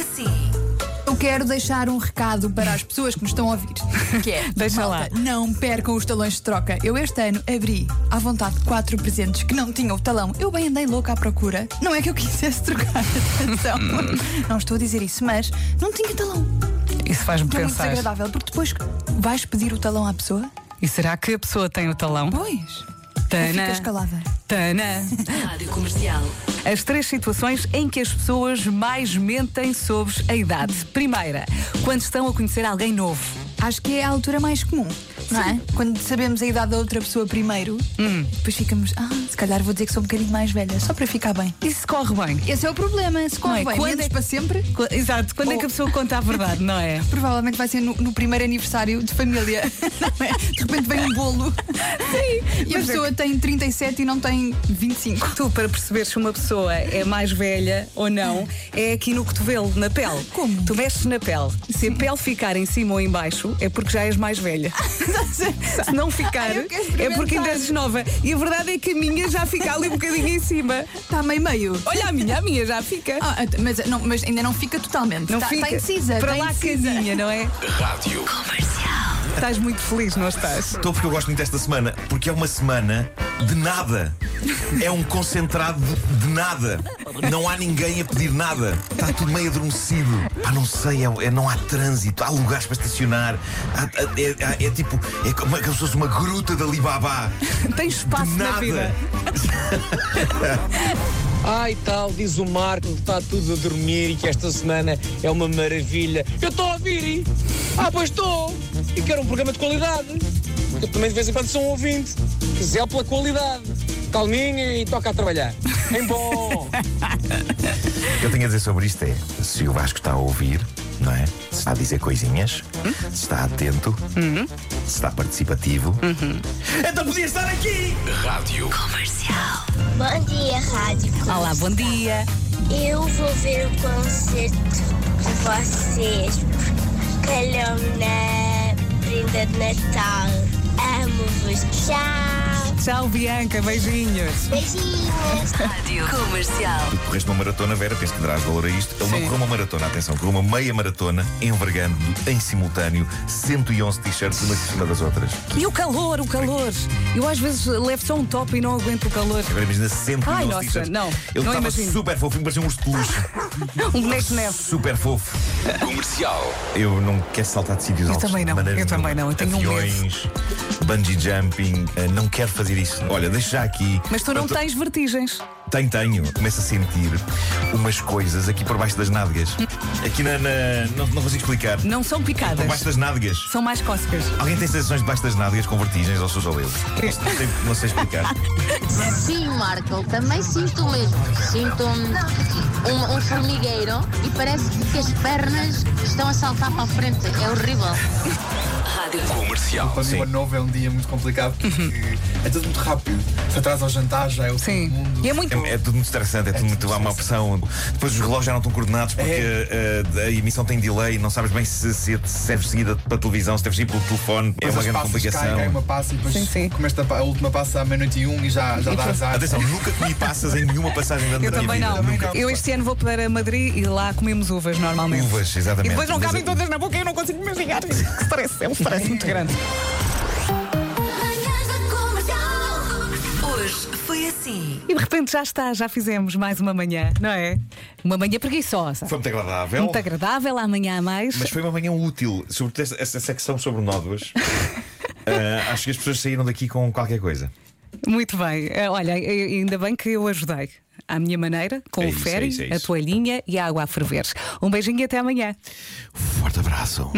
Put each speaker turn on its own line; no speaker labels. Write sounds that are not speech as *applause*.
assim.
Eu quero deixar um recado para as pessoas que nos estão a ouvir.
Que é?
*laughs* Deixa lá. Não percam os talões de troca. Eu este ano abri à vontade quatro presentes que não tinham o talão. Eu bem andei louca à procura. Não é que eu quisesse trocar *laughs* atenção. não estou a dizer isso, mas não tinha talão.
Isso faz-me
Que é muito
pensar.
desagradável, porque depois vais pedir o talão à pessoa?
E será que a pessoa tem o talão?
Pois.
Tana.
Ficas calada.
Tana.
Rádio Comercial.
As três situações em que as pessoas mais mentem sobre a idade. Primeira, quando estão a conhecer alguém novo.
Acho que é a altura mais comum, não é? Quando sabemos a idade da outra pessoa primeiro, depois ficamos, ah, se calhar vou dizer que sou um bocadinho mais velha, só para ficar bem.
Isso corre bem.
Esse é o problema, se
Não
corre
é?
bem,
Quando
menos
é-
para sempre,
Co- Exato, quando é que a pessoa conta a verdade, não é?
provavelmente vai ser no, no primeiro aniversário de família. *laughs* não é? De repente vem um
*laughs*
bolo e a
mas é
pessoa tem 37 e não tem 25.
Tu, para perceberes se uma pessoa é mais velha ou não, é aqui no cotovelo, na pele.
Como?
Tu mexes na pele. Se a pele ficar em cima ou em baixo, é porque já és mais
*laughs*
velha. se não ficar,
Ai, eu quero
é porque
experimentar.
ainda és nova. E a verdade é que a minha já fica ali um bocadinho em cima.
Está meio meio.
Olha a minha, a minha já fica.
Ah, ah, mas, não, mas ainda não fica totalmente.
Não
Tá-
fica.
tá indecisa.
Para
tá
lá que a
indecisa.
minha, não é?
Rádio.
Estás muito feliz, não estás?
Estou Então porque eu gosto muito desta semana, porque é uma semana de nada. É um concentrado de, de nada. Não há ninguém a pedir nada. Está tudo meio adormecido. Pá, não sei, é- é- não há trânsito, há lugares para estacionar. Há- há- é- é, é tipo, é como é como se fosse uma gruta da Alibaba.
Tens espaço
de
na
nada.
vida.
Ai tal, diz o Marco que está tudo a dormir e que esta semana é uma maravilha. Eu estou a ouvir! Ah, pois estou! E quero um programa de qualidade. Eu também de vez em quando sou um ouvinte. Zé pela qualidade. Calminha e toca a trabalhar.
*laughs*
Em bom!
O que eu tenho a dizer sobre isto é: se o Vasco está a ouvir, não é? Se está a dizer coisinhas, se está atento, se está participativo. Então podia estar aqui! Rádio.
Bom dia, rádio.
Ah,
Olá, bom dia.
Eu vou ver o concerto de vocês, porque calhou na prenda de Natal. Amo-vos. Tchau.
Tchau, Bianca, beijinhos.
Beijinhos.
Rádio Comercial.
Tu correste uma maratona, Vera, penso que darás valor a isto. Ele não correu uma maratona, atenção, correu uma meia maratona, envergando em simultâneo 111 t-shirts umas em cima das outras.
E o calor, o calor. Eu às vezes levo só um top e não aguento o calor. *laughs*
Agora imagina 111
Ai, nossa,
t-shirts.
não, não
Ele estava
imagino.
super fofo, parecia um urso
*laughs*
de peluche.
Um boneco de neve.
Super fofo.
Comercial.
Eu não quero saltar de sítios altos.
também
de
não,
maneira
eu
nenhuma.
também não, eu tenho um
Aviões, bungee jumping, eh, não quero fazer isso. Olha, deixo já aqui.
Mas tu não tens vertigens.
Tenho, tenho. Começo a sentir umas coisas aqui por baixo das nádegas.
*laughs*
Aqui na. na- não, não consigo explicar.
Não são
Por
picadas.
baixo das nádegas.
São mais cócegas.
Alguém tem sensações debaixo das nádegas com vertigens ou sou só eu? Não sei, não sei explicar.
Sim, Marco, também sinto o mesmo. Sinto um, um, um formigueiro e parece que as pernas estão a saltar para a frente. É horrível.
Rádio
Para mim, o ano novo é um dia muito complicado porque
Uhum.
é tudo muito rápido. Se atrasa ao jantar, já é o fim
Sim.
do mundo.
E é muito.
É, é tudo muito estressante, é tudo muito. Há uma pressão. Depois os relógios já não estão coordenados porque eh, a emissão tem delay, não sabes bem se, se serve seguida para a televisão, se deve seguir pelo telefone. É
Depois
uma
as
grande
passas caem,
complicação.
cai uma passa e depois
Sim, sim.
começa a, pa- a última passa à meia-noite e um e já, já dá azar.
Atenção, nunca comi passas em nenhuma passagem da
Eu
minha
também
vida.
não.
Nunca.
Eu este ano vou para Madrid e lá comemos uvas normalmente.
Uvas, exatamente.
E depois não
Mas
cabem
a-
todas na boca e eu não consigo me ligar. Que stress, é um stress muito grande. *laughs*
Hoje foi assim.
E de repente já está, já fizemos mais uma manhã, não é? Uma manhã preguiçosa.
Foi muito agradável.
Muito agradável, amanhã há mais.
Mas foi uma manhã útil, sobretudo essa, essa secção sobre
*laughs*
nódoas. Ah, acho que as pessoas saíram daqui com qualquer coisa.
Muito bem. Eh, Olha, eh, ainda bem que eu ajudei. À minha maneira, com
É
o
isso, é
ferry,
isso, é
a
isso.
toalhinha e a água a ferver. Um beijinho e até amanhã.
Forte abraço.